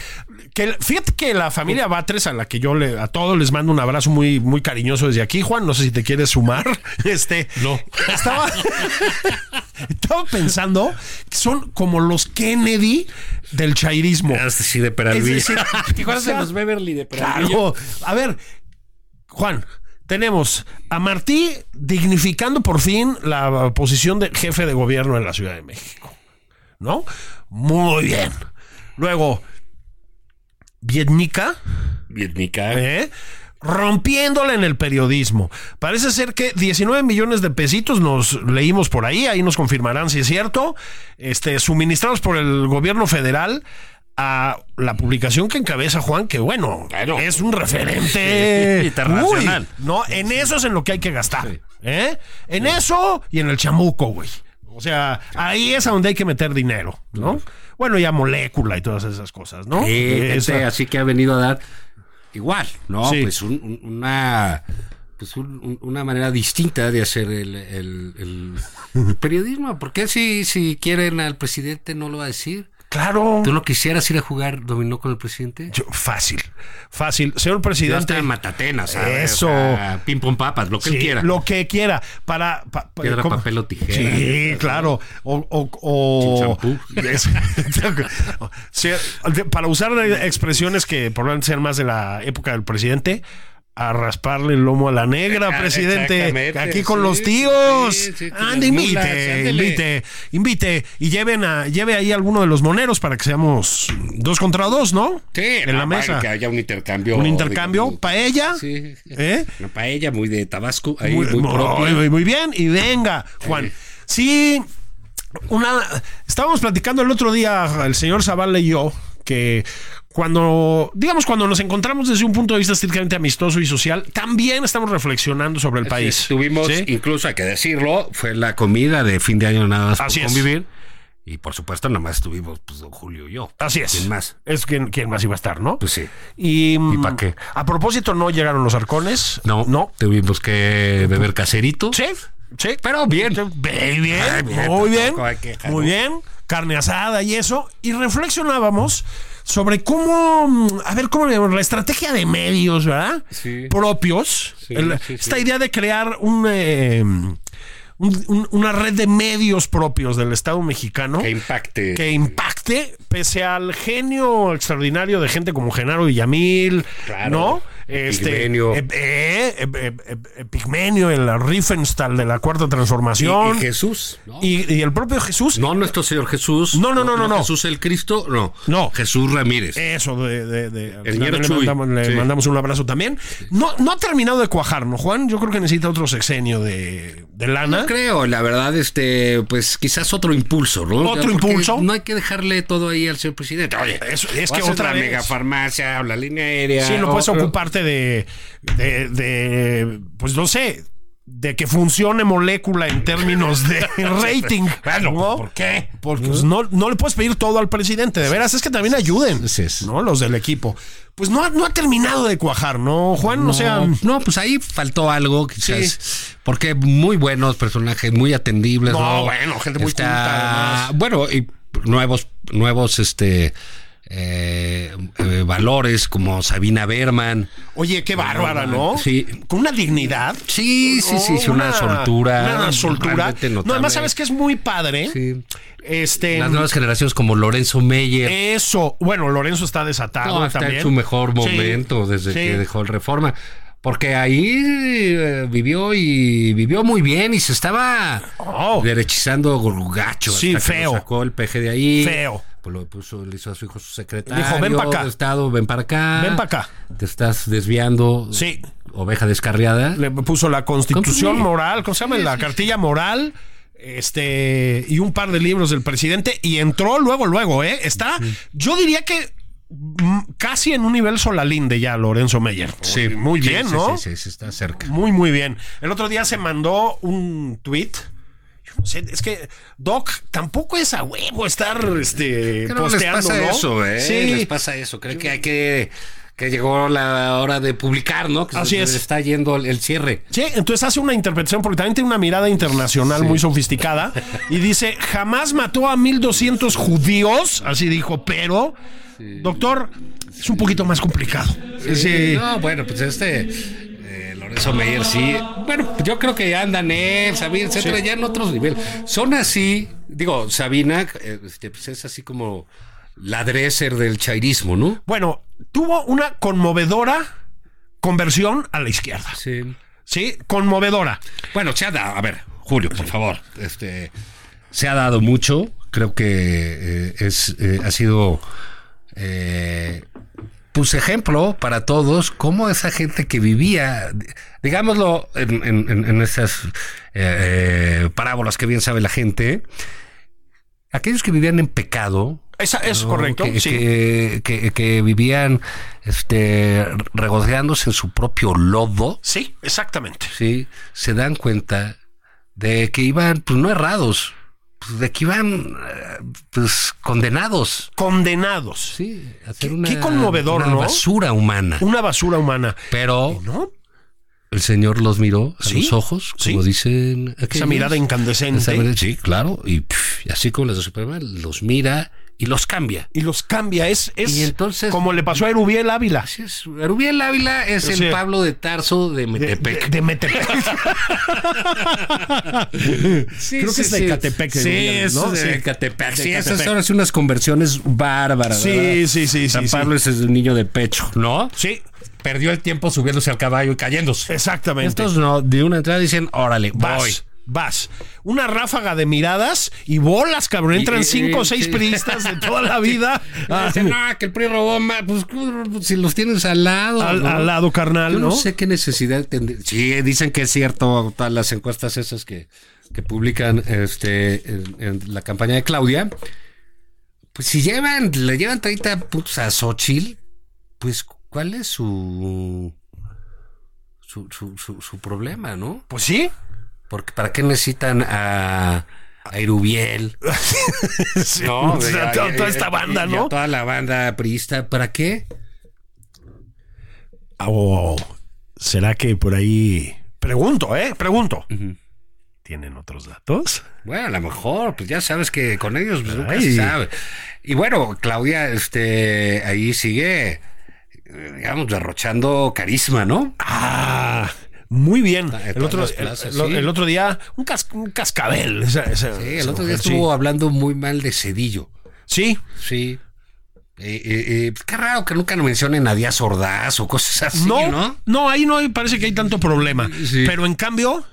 Que, fíjate que la familia Batres, a la que yo le, a todos les mando un abrazo muy, muy cariñoso desde aquí, Juan. No sé si te quieres sumar. Este.
No.
Estaba, estaba pensando que son como los Kennedy del chairismo.
Así Ah, de
Es decir,
¿Te acuerdas
o sea,
de los Beverly de Peralvillo?
Claro. A ver, Juan, tenemos a Martí dignificando por fin la posición de jefe de gobierno de la Ciudad de México. ¿No? Muy bien. Luego, Vietnica.
Vietnica.
¿eh? rompiéndola en el periodismo. Parece ser que 19 millones de pesitos nos leímos por ahí, ahí nos confirmarán si es cierto, este, suministrados por el gobierno federal a la publicación que encabeza Juan, que bueno,
Claro.
es un referente
Sí, internacional.
Uy, no, en eso es en lo que hay que gastar, ¿eh? En eso y en el chamuco, güey. O sea, ahí es a donde hay que meter dinero, ¿no? Bueno, ya molécula y todas esas cosas, ¿no?
Eh,
Esa-
este, así que ha venido a dar igual, ¿no?
Sí.
Pues un- un- una pues un- un- una manera distinta de hacer el, el- el periodismo. Porque si, si quieren al presidente no lo va a decir?
Claro.
¿Tú no quisieras ir a jugar dominó con el presidente?
Yo- fácil, fácil. Señor
Yo
presidente,
hasta Matatena, ¿sabes?
Eso.
O sea, pim pum papas, lo que él
sí,
quiera.
lo que quiera. Para, pa- pa-
Piedra,
¿cómo?
papel o tijera.
Sí, claro. O, o-
Sin
o-
champú.
Es- Sí, de- para usar expresiones que probablemente sean más de la época del presidente. A rasparle el lomo a la negra,
Ah,
presidente.
exactamente,
Aquí con
sí,
los tíos.
sí, sí, con
Ande,
las mulas,
invite,
ándele.
invite, invite. Y lleven a, lleve ahí alguno de los moneros para que seamos dos contra dos, ¿no?
Sí,
en la
no, para
mesa.
Que haya un intercambio.
Un intercambio,
digamos,
paella.
Oh, Sí.
¿Eh?
Una paella muy de Tabasco, ahí
muy,
muy,
muy-
propia.
muy- muy bien, y venga, Juan. Sí, una, estábamos platicando el otro día, el señor Zavala y yo, que cuando, digamos, cuando nos encontramos desde un punto de vista estrictamente amistoso y social, también estamos reflexionando sobre el país.
Tuvimos,
¿Sí?
incluso hay que decirlo, fue la comida de fin de año nada más
Así
por
es.
convivir. Y por supuesto, nada más estuvimos pues, don Julio y yo.
Así es.
¿Quién más?
Es quien, quien más iba a estar, ¿no?
Pues sí.
Y, mm,
pa' qué?
A propósito, no llegaron los arcones.
No,
No.
Tuvimos que beber caserito.
Sí, sí.
Pero bien.
Bien, bien,
Ay, bien,
muy bien,
tampoco hay que dejarlo.
muy bien, carne asada y eso, y reflexionábamos sobre cómo, mm, a ver, cómo le llamamos? la estrategia de medios, ¿verdad?
Sí.
Propios,
Sí,
El-
sí,
esta
sí.
idea de crear un, eh, un- un- una red de medios propios del Estado mexicano
Que impacte.
que impacte pese al genio extraordinario de gente como Genaro Villamil,
Claro.
¿no?
Epigmenio.
eh, eh, eh, eh, eh, Pigmenio, el Riefenstahl de la Cuarta
Y-
Transformación.
y Jesús. ¿no?
Y- y el propio Jesús.
No nuestro Señor Jesús.
No, no, no, no, no.
Jesús el Cristo, no.
No. Eh,
Jesús Ramírez.
Eso, de, de- de-
El ñero
también le,
Chuy.
mandamos, le
Sí.
mandamos un abrazo también. No, no ha terminado de cuajar, ¿no, Juan? Yo creo que necesita otro sexenio de, de lana.
No creo, la verdad, este, pues quizás otro impulso, ¿no?
¿Otro
Porque
impulso?
No hay que dejarle todo ahí al señor presidente. Oye,
Eso- es
o
que
haces
otra
la
vez-
megafarmacia o la línea aérea.
Sí, no
o-
puedes
o-
ocuparte de, de, de, pues no sé, de que funcione molécula en términos de rating.
Bueno,
¿no?
¿por qué?
Porque pues, no, no le puedes pedir todo al presidente, de veras, es que también ayuden,
Así es.
¿no? Los del equipo. Pues no, ha- no ha terminado de cuajar, ¿no, Juan? O sea,
no, pues ahí faltó algo, quizás. Porque muy buenos personajes, muy atendibles.
No,
No,
bueno, gente muy culta, además.
Bueno, y nuevos, nuevos, este. eh, eh, valores como Sabina Berman.
oye, qué bárbara, ¿no?
Sí.
Con una dignidad.
Sí, sí, sí, sí, una, soltura.
Una soltura.
realmente
No,
notable.
además, sabes que es muy padre.
Sí.
Este.
Las nuevas generaciones como Lorenzo Meyer.
Eso, bueno, Lorenzo está desatado
No, está
Eh, también.
en su mejor
Sí,
momento desde
sí.
que dejó el Reforma. Porque ahí eh, vivió y vivió muy bien y se estaba
Oh.
derechizando gorgacho.
Sí,
hasta que lo
feo.
sacó el peje de ahí.
Feo.
Pues lo puso, le hizo a su hijo su secretario.
Dijo, "Ven pa' acá.
de Estado, ven para acá.
Ven pa' acá.
Te estás desviando.
Sí.
Oveja descarriada.
Le puso la constitución
Constitución.
moral, ¿cómo se llama? La cartilla moral. Este, y un par de libros del presidente, y entró luego, luego, ¿eh? Está, yo diría que mm, casi en un nivel solalinde ya, Lorenzo Meyer. Muy- muy
Sí,
bien,
sí,
¿no?
Sí, sí, sí, está cerca.
Muy, muy bien. El otro día se mandó un tweet. Yo no sé, es que Doc tampoco es a huevo estar este,
Pero les
posteando.
pasa
¿no?
eso, ¿eh?
Sí.
Les pasa eso. Creo que hay que. Que llegó la hora de publicar, ¿no? Que
Así
se-
es.
se Está yendo el- el cierre.
Sí, entonces hace una interpretación porque también tiene una mirada internacional muy sofisticada y dice, jamás mató a 1200 judíos, así dijo, pero, doctor, es un poquito más complicado. Sí.
No, bueno, pues este. eh, Lorenzo Meyer sí. Bueno, yo creo que ya andan él, Sabina, etcétera, ya en otros niveles. Son así, digo, Sabina eh, este, pues es así como la dresser del chairismo, ¿no?
Bueno, tuvo una conmovedora conversión a la izquierda.
Sí.
Sí, conmovedora.
Bueno, se ha dado, a ver, Julio, por favor, este, se ha dado mucho, creo que eh, es, eh, ha sido, eh, pues ejemplo para todos, cómo esa gente que vivía, digámoslo, en, en- en- en esas eh, parábolas que bien sabe la gente, aquellos que vivían en pecado,
Esa es
¿no?
correcto,
Que,
sí.
que- que- que vivían este, regodeándose en su propio lodo.
Sí, exactamente.
¿sí? se dan cuenta de que iban, pues no errados, pues, de que iban, eh, pues condenados,
Condenados.
¿sí? A hacer
Qué-
una,
qué conmovedor,
una
¿no?
basura humana.
Una basura humana.
Pero
¿No?
el Señor los miró a
Sí,
los ojos,
sí.
como dicen
Esa
aquellos.
mirada
Esa
incandescente.
mirada, sí, claro, y pf, y así como los de Superman, los mira y los cambia.
Y los cambia. Es, es
Y entonces-
como le pasó a Erubiel Ávila.
Así es, Rubiel Ávila es
O
el
sea,
Pablo de Tarso de
De,
Metepec.
de, de Metepec. Creo que es de Ecatepec.
Sí,
Erubiel, ¿no?
eso es de
Sí.
Ecatepec.
De
Sí, esas
Ecatepec.
son así unas conversiones bárbaras.
Sí,
¿verdad?
sí, sí,
San
sí,
Pablo ese es un niño de pecho, ¿no?
Sí,
Perdió el tiempo subiéndose al caballo y cayéndose.
exactamente.
Estos no, de una entrada dicen, órale,
vas,
voy.
vas. Una ráfaga de miradas y bolas, cabrón. Entran
Y- y-
cinco o seis
sí.
periodistas de toda la vida. Ah,
Dicen, no, que el PRI robó más. Pues si los tienes al lado.
al,
¿no?
al lado, carnal,
Yo
¿no?
no sé qué necesidad tendría. Sí, dicen que es cierto todas las encuestas esas que, que publican este, en, en la campaña de Claudia. Pues si llevan, le llevan 30 puntos a Xochitl, pues ¿cuál es su su, su, su- su problema, no?
Pues sí.
Porque ¿para qué necesitan a, a Irubiel?
Sí,
No,
o sea,
güey,
toda,
ay,
toda
ay,
esta
ay,
banda,
y a
¿no?
Toda la banda priista, ¿para qué?
O Ah, oh, será que por ahí. Pregunto, ¿eh? Pregunto. ¿Tienen otros datos?
Bueno, a lo mejor, pues ya sabes que con ellos pues, nunca
Ay.
se sabe. Y bueno, Claudia, este, ahí sigue, eh, digamos, derrochando carisma, ¿no?
Ah, muy bien.
en
El
todas
otro,
las plazas,
el- el-
sí.
el otro día, un, cas- un cascabel. esa- esa-
Sí, el
esa
otro día
mujer, pues, sí.
estuvo hablando muy mal de Cedillo.
Sí,
Sí. Eh, eh, eh, pues, qué raro que nunca lo mencionen a Díaz Ordaz o cosas así,
no,
¿no?
no, ahí no hay- parece que hay tanto problema.
Sí.
Pero en cambio,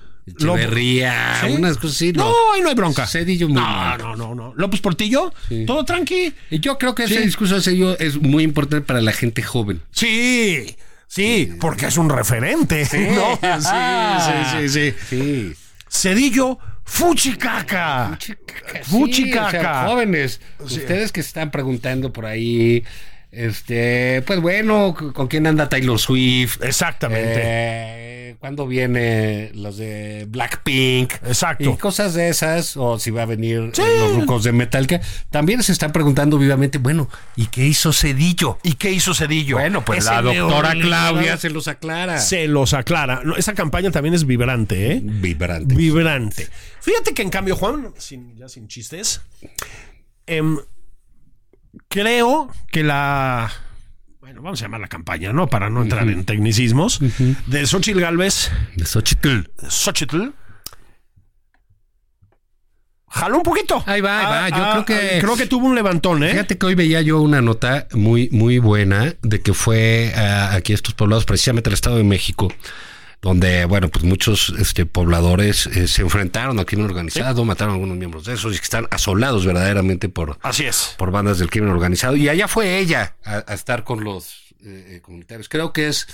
lo-
Echeverría,
¿Sí?
unas cosas así.
no, ahí no hay bronca.
Cedillo muy
No,
mal.
no, no, no. López Portillo, todo tranqui.
Y yo creo que
Sí.
ese discurso de Cedillo es muy importante para la gente joven.
Sí, sí, porque es un referente. ¿no? Sí, sí, sí, sí.
Sí.
Cedillo, fuchicaca.
Fuchicaca, sí,
Fuchicaca.
o sea, jóvenes, ustedes que están preguntando por ahí, este, pues bueno, c- ¿con quién anda Taylor Swift?
Exactamente.
Eh, eh, cuándo viene los de Blackpink.
Exacto.
Y cosas de esas, o si va a venir eh, los rucos de Metallica. También se están preguntando vivamente, bueno, ¿y qué hizo Cedillo?
¿Y qué hizo Cedillo?
Bueno, pues
Ese
la doctora
neoliberal
Claudia se los aclara.
se los aclara. No, esa campaña también es vibrante, ¿eh?
Vibrante.
Vibrante. Fíjate que en cambio, Juan, sin- ya sin chistes, em, creo que la. Bueno, vamos a llamar la campaña, ¿no? Para no entrar en tecnicismos. De Xochitl Galvez,
De Xochitl.
Xochitl. Jaló un poquito.
Ahí va, ahí va. Yo creo que-
Ah, Creo que tuvo un levantón, ¿eh?
Fíjate que hoy veía yo una nota muy, muy buena de que fue ah, aquí a estos poblados, precisamente el Estado de México, donde, bueno, pues muchos este, pobladores eh, se enfrentaron al crimen organizado, mataron a algunos miembros de esos y que están asolados verdaderamente por,
Así es.
por bandas del crimen organizado. Y allá fue ella a, a estar con los eh, eh, comunitarios. Creo que es,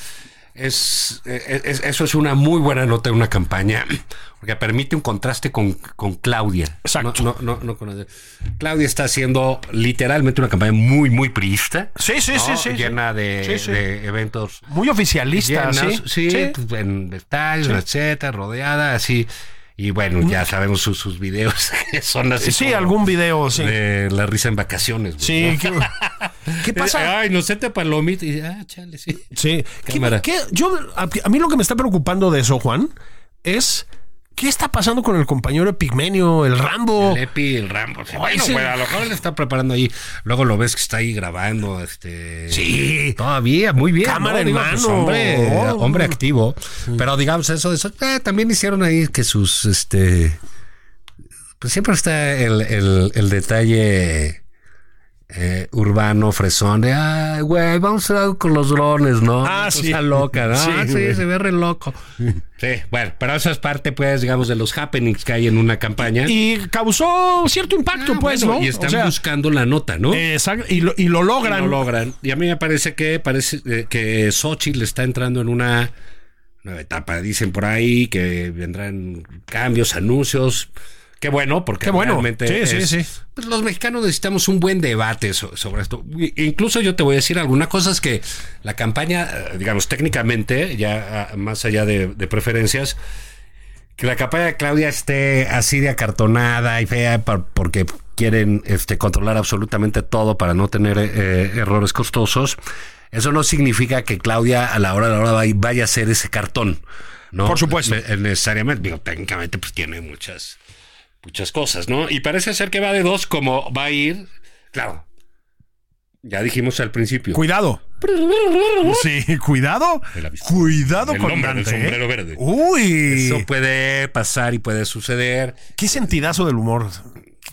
es, eh, es- eso es una muy buena nota de una campaña, porque permite un contraste con, con Claudia.
Exacto.
No, no, no, no con- Claudia está haciendo literalmente una campaña muy, muy priista.
Sí, sí,
¿no?
sí, sí, sí.
Llena de,
Sí, sí.
de eventos
Muy oficialista,
llenas,
¿sí?
sí, pues, en detalles, etcétera, rodeada, así. Y bueno, ya sabemos sus, sus videos que son así.
Sí,
como-
algún video, sí.
de la risa en vacaciones. güey,
Sí,
¿no? Eh,
¿qué, qué pasa?
Ay, inocente palomita. Y, ah, chale, sí.
Sí, ¿Qué-
Cámara.
qué- yo, a, a mí lo que me está preocupando de eso, Juan, es qué está pasando con el compañero Epigmenio, el Rambo.
El Epi, el Rambo. sí. bueno,
sí.
pues, a lo mejor le está preparando ahí. Luego lo ves que está ahí grabando, este.
Sí.
Todavía, muy bien.
Cámara en
pues,
mano.
hombre,
Oh.
hombre activo. Pero digamos eso, de eso eh, también hicieron ahí que sus, este. Pues siempre está el, el, el detalle eh, urbano, fresón, de, ay, güey, vamos a hacer algo con los drones, ¿no?
Ah,
Una
sí.
cosa loca, ¿no?
Sí,
Ah, sí,
güey.
se ve re loco. Sí, bueno, pero eso es parte, pues, digamos, de los happenings que hay en una campaña.
Y causó cierto impacto,
Ah,
pues,
bueno,
¿no?
Y están
O sea,
buscando la nota, ¿no?
exacto, y lo, y lo
Y
logran.
no logran. Y a mí me parece que parece eh, que Xochitl está entrando en una nueva etapa. Dicen por ahí que vendrán cambios, anuncios. Qué bueno, porque
Qué bueno.
realmente
Sí,
es-
sí, sí.
pues los mexicanos necesitamos un buen debate so- sobre esto. I- Incluso yo te voy a decir algunas cosas que la campaña, eh, digamos, técnicamente, ya ah, más allá de, de preferencias, que la campaña de Claudia esté así de acartonada y fea pa- porque quieren este, controlar absolutamente todo para no tener eh, errores costosos. Eso no significa que Claudia a la hora de la hora vay- vaya a ser ese cartón. ¿no?
Por supuesto.
Ne- eh, necesariamente, digo, técnicamente pues tiene muchas muchas cosas, ¿no? Y parece ser que va de dos, como va a ir, claro. Ya dijimos al principio.
Cuidado. Sí, cuidado.
El aviso.
Cuidado
El
con
hombre del
Dante, ¿eh?
sombrero verde.
Uy,
Eso puede pasar y puede suceder.
qué sentidazo del humor.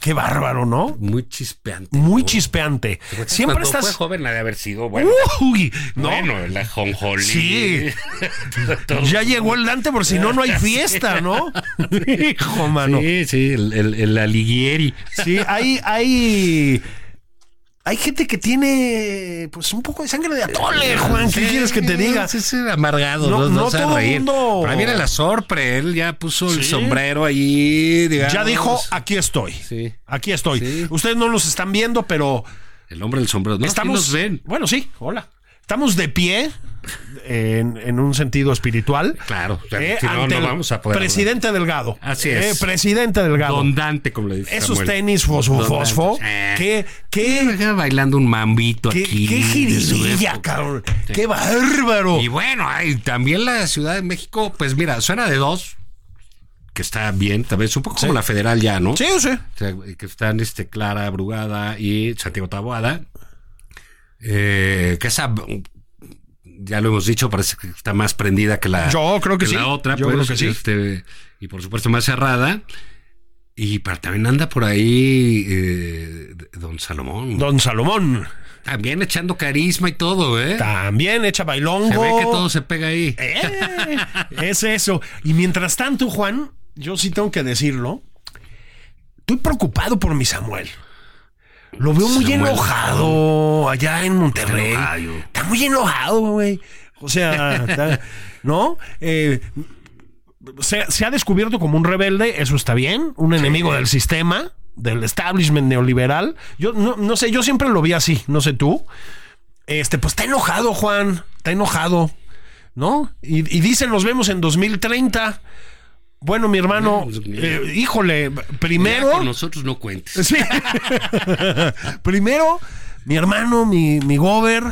Qué bárbaro, ¿no?
Muy chispeante.
Muy
¿no?
chispeante. Siempre
Cuando fue
estás. ¡Uh!
joven la de haber sido bueno.
Uy, ¿no?
Bueno, la jonjolí.
Sí.
Todo-
Ya llegó el Dante, por si no, no hay fiesta, ¿no? Hijo, mano.
Sí, sí, el, el, el Alighieri.
Sí, hay, hay. Hay gente que tiene, pues, un poco de sangre de atole, Juan. ¿Qué
Sí,
quieres que te diga?
Sí, sí, amargado. No,
No- no
se va a
todo
reír.
mundo-
Pero ahí viene la sorpre. Él ya puso el
Sí.
sombrero ahí. digamos.
Ya dijo, aquí estoy.
Sí.
Aquí estoy.
Sí.
Ustedes no nos están viendo, pero
El hombre del sombrero. No, sí
estamos.
nos ven.
Bueno, sí, hola. Estamos de pie en, en un sentido espiritual.
Claro, claro,
eh,
si no,
ante
no
el
vamos a poder
Presidente Delgado.
Así
Eh,
es.
presidente Delgado.
Don Dante, como le dice.
Esos
Samuel.
tenis fosfo,
Don Dante.
fosfo.
Eh.
¿Qué, qué,
Acá Bailando un mambito
qué,
aquí.
qué
de su
jiribilla,
época.
cabrón. Qué bárbaro.
Y bueno, ay, también la Ciudad de México, pues mira, suena de dos, que está bien, tal vez un poco como la federal ya, ¿no?
Sí, sí.
O sea, que están este, Clara Brugada y Santiago Taboada. Eh, que esa, ya lo hemos dicho, parece que está más prendida que la,
Yo creo que sí.
la otra,
Yo
pues,
creo que sí.
este, y por supuesto más cerrada. Y para, también anda por ahí eh, Don Salomón.
Don Salomón.
También echando carisma y todo, ¿eh?
También echa bailongo.
Se ve que todo se pega ahí.
Eh, es eso. Y mientras tanto, Juan, yo sí tengo que decirlo. Estoy preocupado por mi Samuel. Lo veo muy
Samuel.
enojado allá en Monterrey.
Está enojado.
Está muy enojado, güey. O sea, está- ¿no? Eh, se, se ha descubierto como un rebelde, eso está bien, un enemigo del sistema, del establishment neoliberal. Yo no, no sé, yo siempre lo vi así, no sé tú. Este, pues está enojado, Juan, está enojado. ¿no? Y, y dicen, nos vemos en 2030. Bueno, mi hermano,
Pues,
eh, híjole,
Ya con
primero.
nosotros no cuentes.
Sí. primero, mi hermano, mi, mi gober.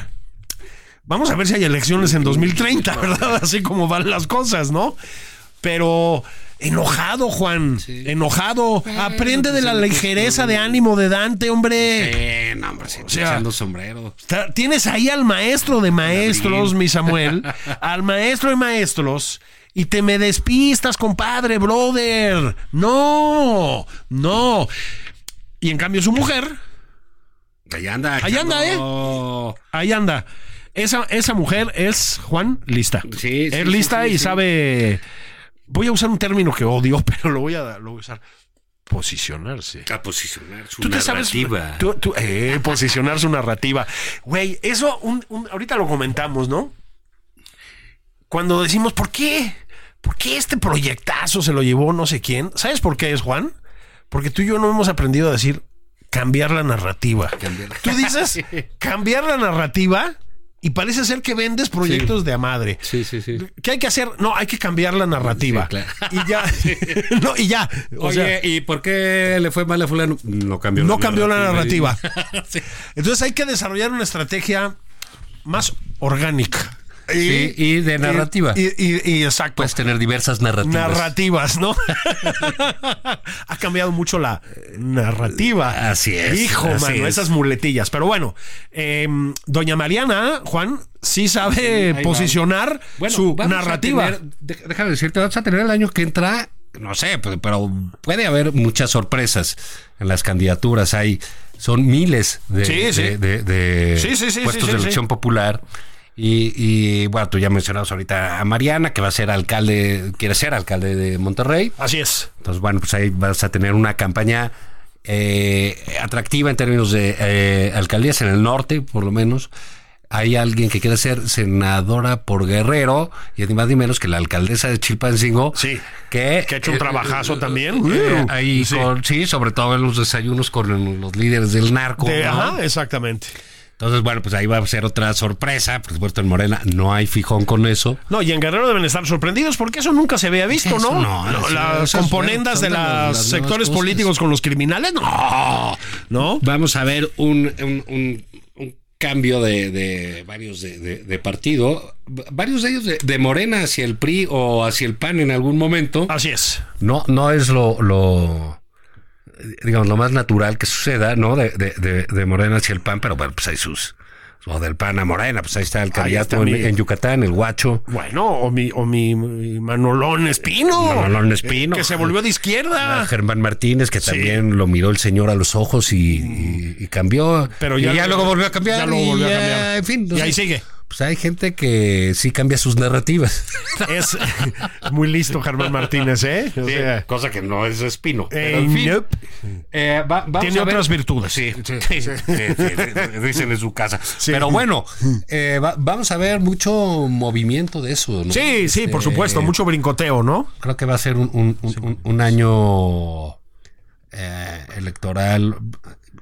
Vamos a ver si hay elecciones en 2030, ¿verdad? Así como van las cosas, ¿no? Pero enojado, Juan. Enojado. Aprende de la ligereza de ánimo de Dante, hombre.
Eh, no, hombre, se
sea,
echando sombrero.
Está- Tienes ahí al maestro de maestros, mi Samuel, al maestro de maestros, y te me despistas, compadre, brother. No, no. Y en cambio su mujer,
Allá anda.
Ahí anda, ¿eh?
echando-
ahí anda. Esa, esa mujer es Juan Lista.
Sí, sí,
es
sí,
lista
sí,
y
sí.
sabe... Voy a usar un término que odio, pero lo voy a, lo voy a usar. Posicionarse.
A posicionar su
Tú te sabes.
narrativa.
tú- tú- eh, posicionar su narrativa. Güey, eso un- un- ahorita lo comentamos, ¿no? Cuando decimos, ¿por qué? ¿Por qué este proyectazo se lo llevó no sé quién? ¿Sabes por qué es, Juan? Porque tú y yo no hemos aprendido a decir cambiar la narrativa. Tú dices cambiar la narrativa y parece ser que vendes proyectos de a madre.
Sí, sí, sí.
¿Qué hay que hacer? No, hay que cambiar la narrativa.
Sí, claro.
Y ya. no, y ya. O
Oye,
sea,
¿y por qué le fue mal a fulano? No cambió
no cambió la narrativa.
sí.
Entonces hay que desarrollar una estrategia más orgánica.
Sí, y de narrativa. Pues,
Y, y- y exacto.
Puedes tener diversas narrativas.
narrativas, ¿no?
pues.
ha cambiado mucho la narrativa.
Así es,
Hijo,
así
mano,
es.
esas muletillas. Pero bueno, eh, doña Mariana, Juan, sí sabe
va.
posicionar
Bueno,
su
vamos a
narrativa.
tener- de- déjame decirte, vamos a tener el año que entra, no sé, pero, pero puede haber muchas sorpresas en las candidaturas. Hay, son miles de,
Sí,
de-
sí.
de- de
Sí, sí, sí,
puestos
sí, sí,
de elección
sí.
popular. Y, y, bueno, tú ya mencionabas ahorita a Mariana, que va a ser alcalde, quiere ser alcalde de Monterrey.
Así es.
Entonces, bueno, pues ahí vas a tener una campaña eh, atractiva en términos de eh, alcaldías en el norte, por lo menos. Hay alguien que quiere ser senadora por Guerrero y ni más ni menos que la alcaldesa de Chilpancingo.
Sí,
Que,
que ha hecho un trabajazo también.
eh, ahí
Sí.
con- sí, sobre todo en los desayunos con los líderes del narco.
De-
¿no?
ajá, exactamente.
Entonces, bueno, pues ahí va a ser otra sorpresa. Por supuesto, en Morena no hay fijón con eso.
No, y en Guerrero deben estar sorprendidos porque eso nunca se había visto,
Eso
¿no?
no,
No,
eso- eso
las
es
componendas de
bueno, son de las-
los
las
sectores
nuevas cosas.
políticos con los criminales, no, ¿no?
vamos a ver un, un- un- un cambio de, de varios de, de- de partido, varios de ellos de, de Morena hacia el PRI o hacia el PAN en algún momento.
Así es.
Ah, No, no es lo, lo digamos, lo más natural que suceda, ¿no? De, de- de- de Morena hacia el PAN, pero bueno, pues hay sus... O del PAN a Morena, pues ahí está el candidato
está
en,
mi-
en Yucatán, el guacho.
Bueno, o mi, o mi, mi Manolon Espino.
Manolon Espino.
eh, Que se volvió de
a
izquierda.
Germán Martínez, que también lo miró el señor a los ojos y, y- y cambió.
Pero
Y
ya-
ya, luego volvió a cambiar.
ya luego
y
volvió a
ya,
cambiar.
En fin, no
Y
sé.
ahí sigue.
Pues hay gente que sí cambia sus narrativas.
Es muy listo Germán Martínez, ¿eh? O sea,
cosa que no es espino.
eh, nope.
Eh, va- vamos
Tiene
a ver.
otras virtudes.
Sí, sí, sí, sí, sí, dicen en su casa. Pero bueno, eh, va- vamos a ver mucho movimiento de eso. ¿no?
Sí, sí, por
Este,
supuesto, mucho brincoteo, ¿no?
Creo que va a ser un, un- un- un- un año eh, electoral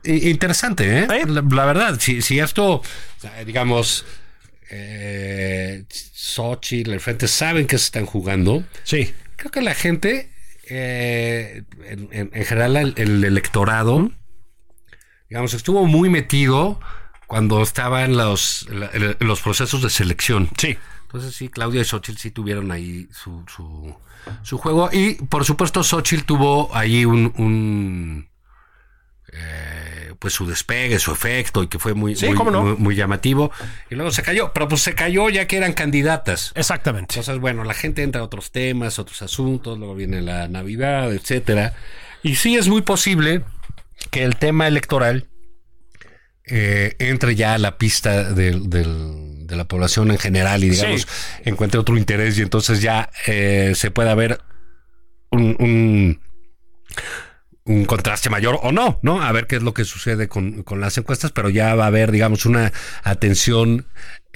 i- interesante, ¿eh?
¿Eh?
La, la verdad, si, si esto, o sea, digamos, eh, Xochitl, el frente, saben que se están jugando
Sí.
creo que la gente, eh, en, en- en general el, el electorado, digamos, estuvo muy metido cuando estaban los, la- el- los procesos de selección.
Sí.
Entonces sí, Claudia y Xochitl sí tuvieron ahí su, su, su juego. Y por supuesto Xochitl tuvo ahí un... un, eh, pues su despegue, su efecto, y que fue muy,
Sí,
muy,
cómo no.
muy, muy llamativo. Y luego se cayó, pero pues se cayó ya que eran candidatas.
Exactamente.
Entonces, bueno, la gente entra a otros temas, otros asuntos, luego viene la Navidad, etcétera. Y sí es muy posible que el tema electoral eh, entre ya a la pista del- del- de la población en general y digamos
Sí.
encuentre otro interés y entonces ya eh, se pueda ver un, un- un contraste mayor o no, ¿no? A ver qué es lo que sucede con, con las encuestas, pero ya va a haber, digamos, una atención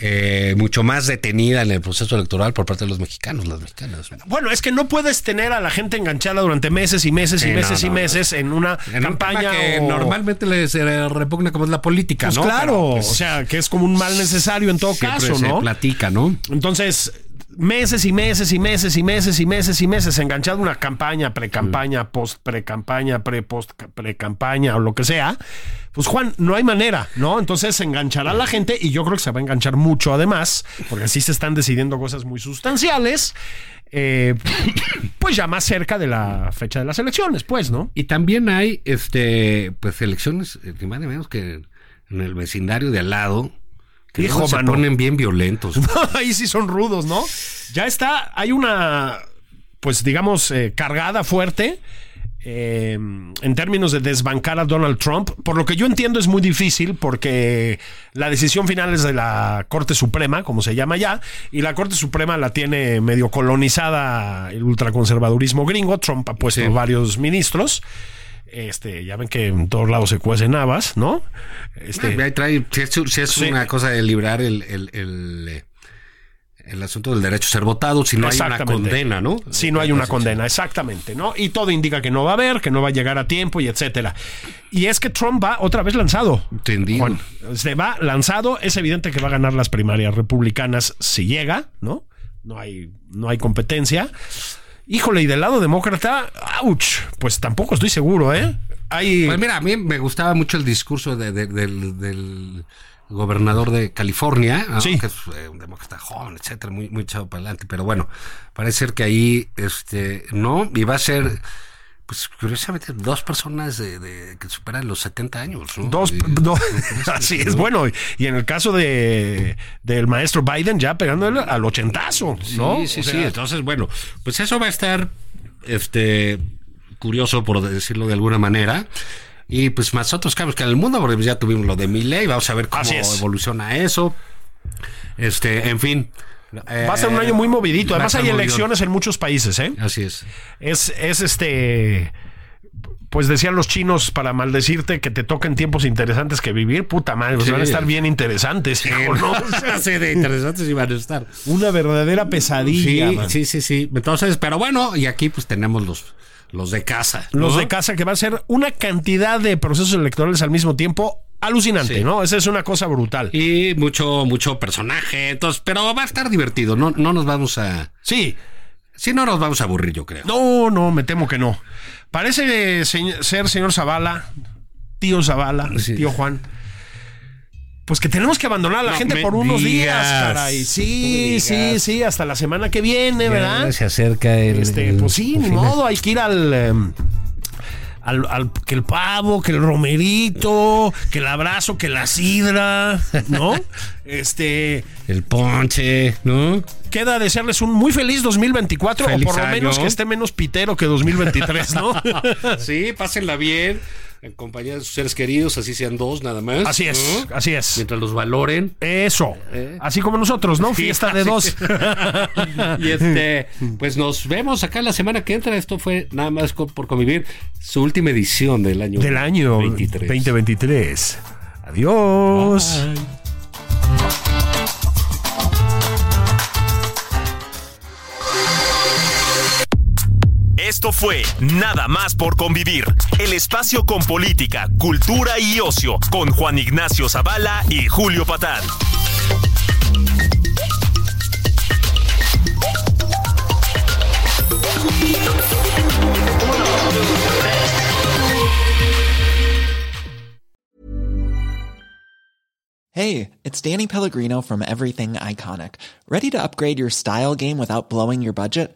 eh, mucho más detenida en el proceso electoral por parte de los mexicanos, las mexicanas.
Bueno, es que no puedes tener a la gente enganchada durante meses y meses y
Sí, no,
meses y
no, no.
meses en una
En un tema
campaña
que
o-
normalmente les eh, repugna como es la política,
Pues
¿no?
claro,
Pero, pues,
o sea, que es como un mal necesario en todo
siempre
caso,
se
¿no?
platica, ¿no?
Entonces, meses y meses y meses y meses y meses y meses enganchado a una campaña, pre-campaña, post-pre-campaña, pre-post-pre-campaña o lo que sea, pues Juan, no hay manera, ¿no? Entonces se enganchará la gente y yo creo que se va a enganchar mucho además, porque así se están decidiendo cosas muy sustanciales, eh, pues ya más cerca de la fecha de las elecciones, pues, ¿no?
Y también hay este pues elecciones, eh, ni más ni menos que en el vecindario de al lado, que
Hijo,
luego se
mano.
ponen bien violentos.
Ahí sí son rudos, ¿no? Ya está, hay una, pues digamos, eh, cargada fuerte eh, en términos de desbancar a Donald Trump. Por lo que yo entiendo es muy difícil porque la decisión final es de la Corte Suprema, como se llama ya, y la Corte Suprema la tiene medio colonizada el ultraconservadurismo gringo. Trump ha puesto
Sí.
varios ministros. Este, ya ven que en todos lados se cuecen habas, ¿no? Este,
Ahí trae- si es, si es
Sí.
una cosa de librar el, el- el, eh, el asunto del derecho a ser votado, si no hay una
Exactamente.
condena, ¿no?
Si no hay una
Así,
condena, exactamente, ¿no? Y todo indica que no va a haber, que no va a llegar a tiempo y etcétera. Y es que Trump va otra vez lanzado.
Entendido.
Juan, se va lanzado, es evidente que va a ganar las primarias republicanas si llega, ¿no? No hay, no hay competencia. Híjole, y del lado demócrata, ouch, pues tampoco estoy seguro, ¿eh? Hay,
Pues mira, a mí me gustaba mucho el discurso de- de- del, del gobernador de California, ¿no?
Sí.
que es eh, un demócrata joven, etcétera, muy, muy echado para adelante. Pero bueno, parece ser que ahí este, no, y va a ser, pues curiosamente, dos personas de, de- que superan los 70 años. ¿no?
Dos,
Y-
dos- así es, bueno, y- y en el caso de del maestro Biden ya pegándole al ochentazo, ¿no?
Sí, sí,
O sea,
sí. Entonces, bueno, pues eso va a estar este curioso, por decirlo de alguna manera. Y pues más otros cambios que en el mundo, porque pues, ya tuvimos lo de Milley, vamos a ver cómo
Así es.
evoluciona eso. Este, en fin. eh,
Va a ser un año muy movidito. Además hay elecciones en muchos países, ¿eh?
Así es.
Es, es este... Pues decían los chinos para maldecirte que te toquen tiempos interesantes que vivir, puta madre, pues
Sí.
van a estar bien interesantes, hijo, Oh, ¿no? O sea,
Así de interesantes y van a estar.
Una verdadera pesadilla.
Sí,
man.
sí, sí, sí. Entonces, pero bueno, y aquí pues tenemos los, los de casa.
Los
¿no?
de casa que va a ser una cantidad de procesos electorales al mismo tiempo alucinante,
Sí.
¿no? Esa es una cosa brutal.
Y mucho, mucho personaje. Entonces, pero va a estar divertido. No, no nos vamos a.
Sí,
Si no nos vamos a aburrir, yo creo.
no, no, me temo que no. Parece eh, señ- ser señor Zavala, tío Zavala,
Sí.
tío Juan. Pues que tenemos que abandonar a la
No
gente
me
por unos
digas.
días, caray. Sí, sí, sí, hasta la semana que viene, ¿verdad?
Se acerca el.
Este, pues sí, ni modo, hay que ir al, em, al, al- que el pavo, que el romerito, que el abrazo, que la sidra, ¿no? Este,
El ponche, ¿no?
queda desearles un muy feliz 2024
Feliz
o por lo
año.
menos que esté menos pitero que 2023, ¿no?
sí, pásenla bien. En compañía de sus seres queridos, así sean dos nada más.
Así es,
¿no? ¿Eh?
así es.
Mientras los valoren.
Eso, así como nosotros, ¿no? Fiesta de
así.
dos.
y este, pues nos vemos acá la semana que entra. Esto fue nada más co- por convivir su última edición del año
Del año
23.
2023. Adiós.
Esto fue Nada más por convivir, el espacio con política, cultura y ocio, con Juan Ignacio Zavala y Julio Patán.
Hey, it's Danny Pellegrino from Everything Iconic. Ready to upgrade your style game without blowing your budget?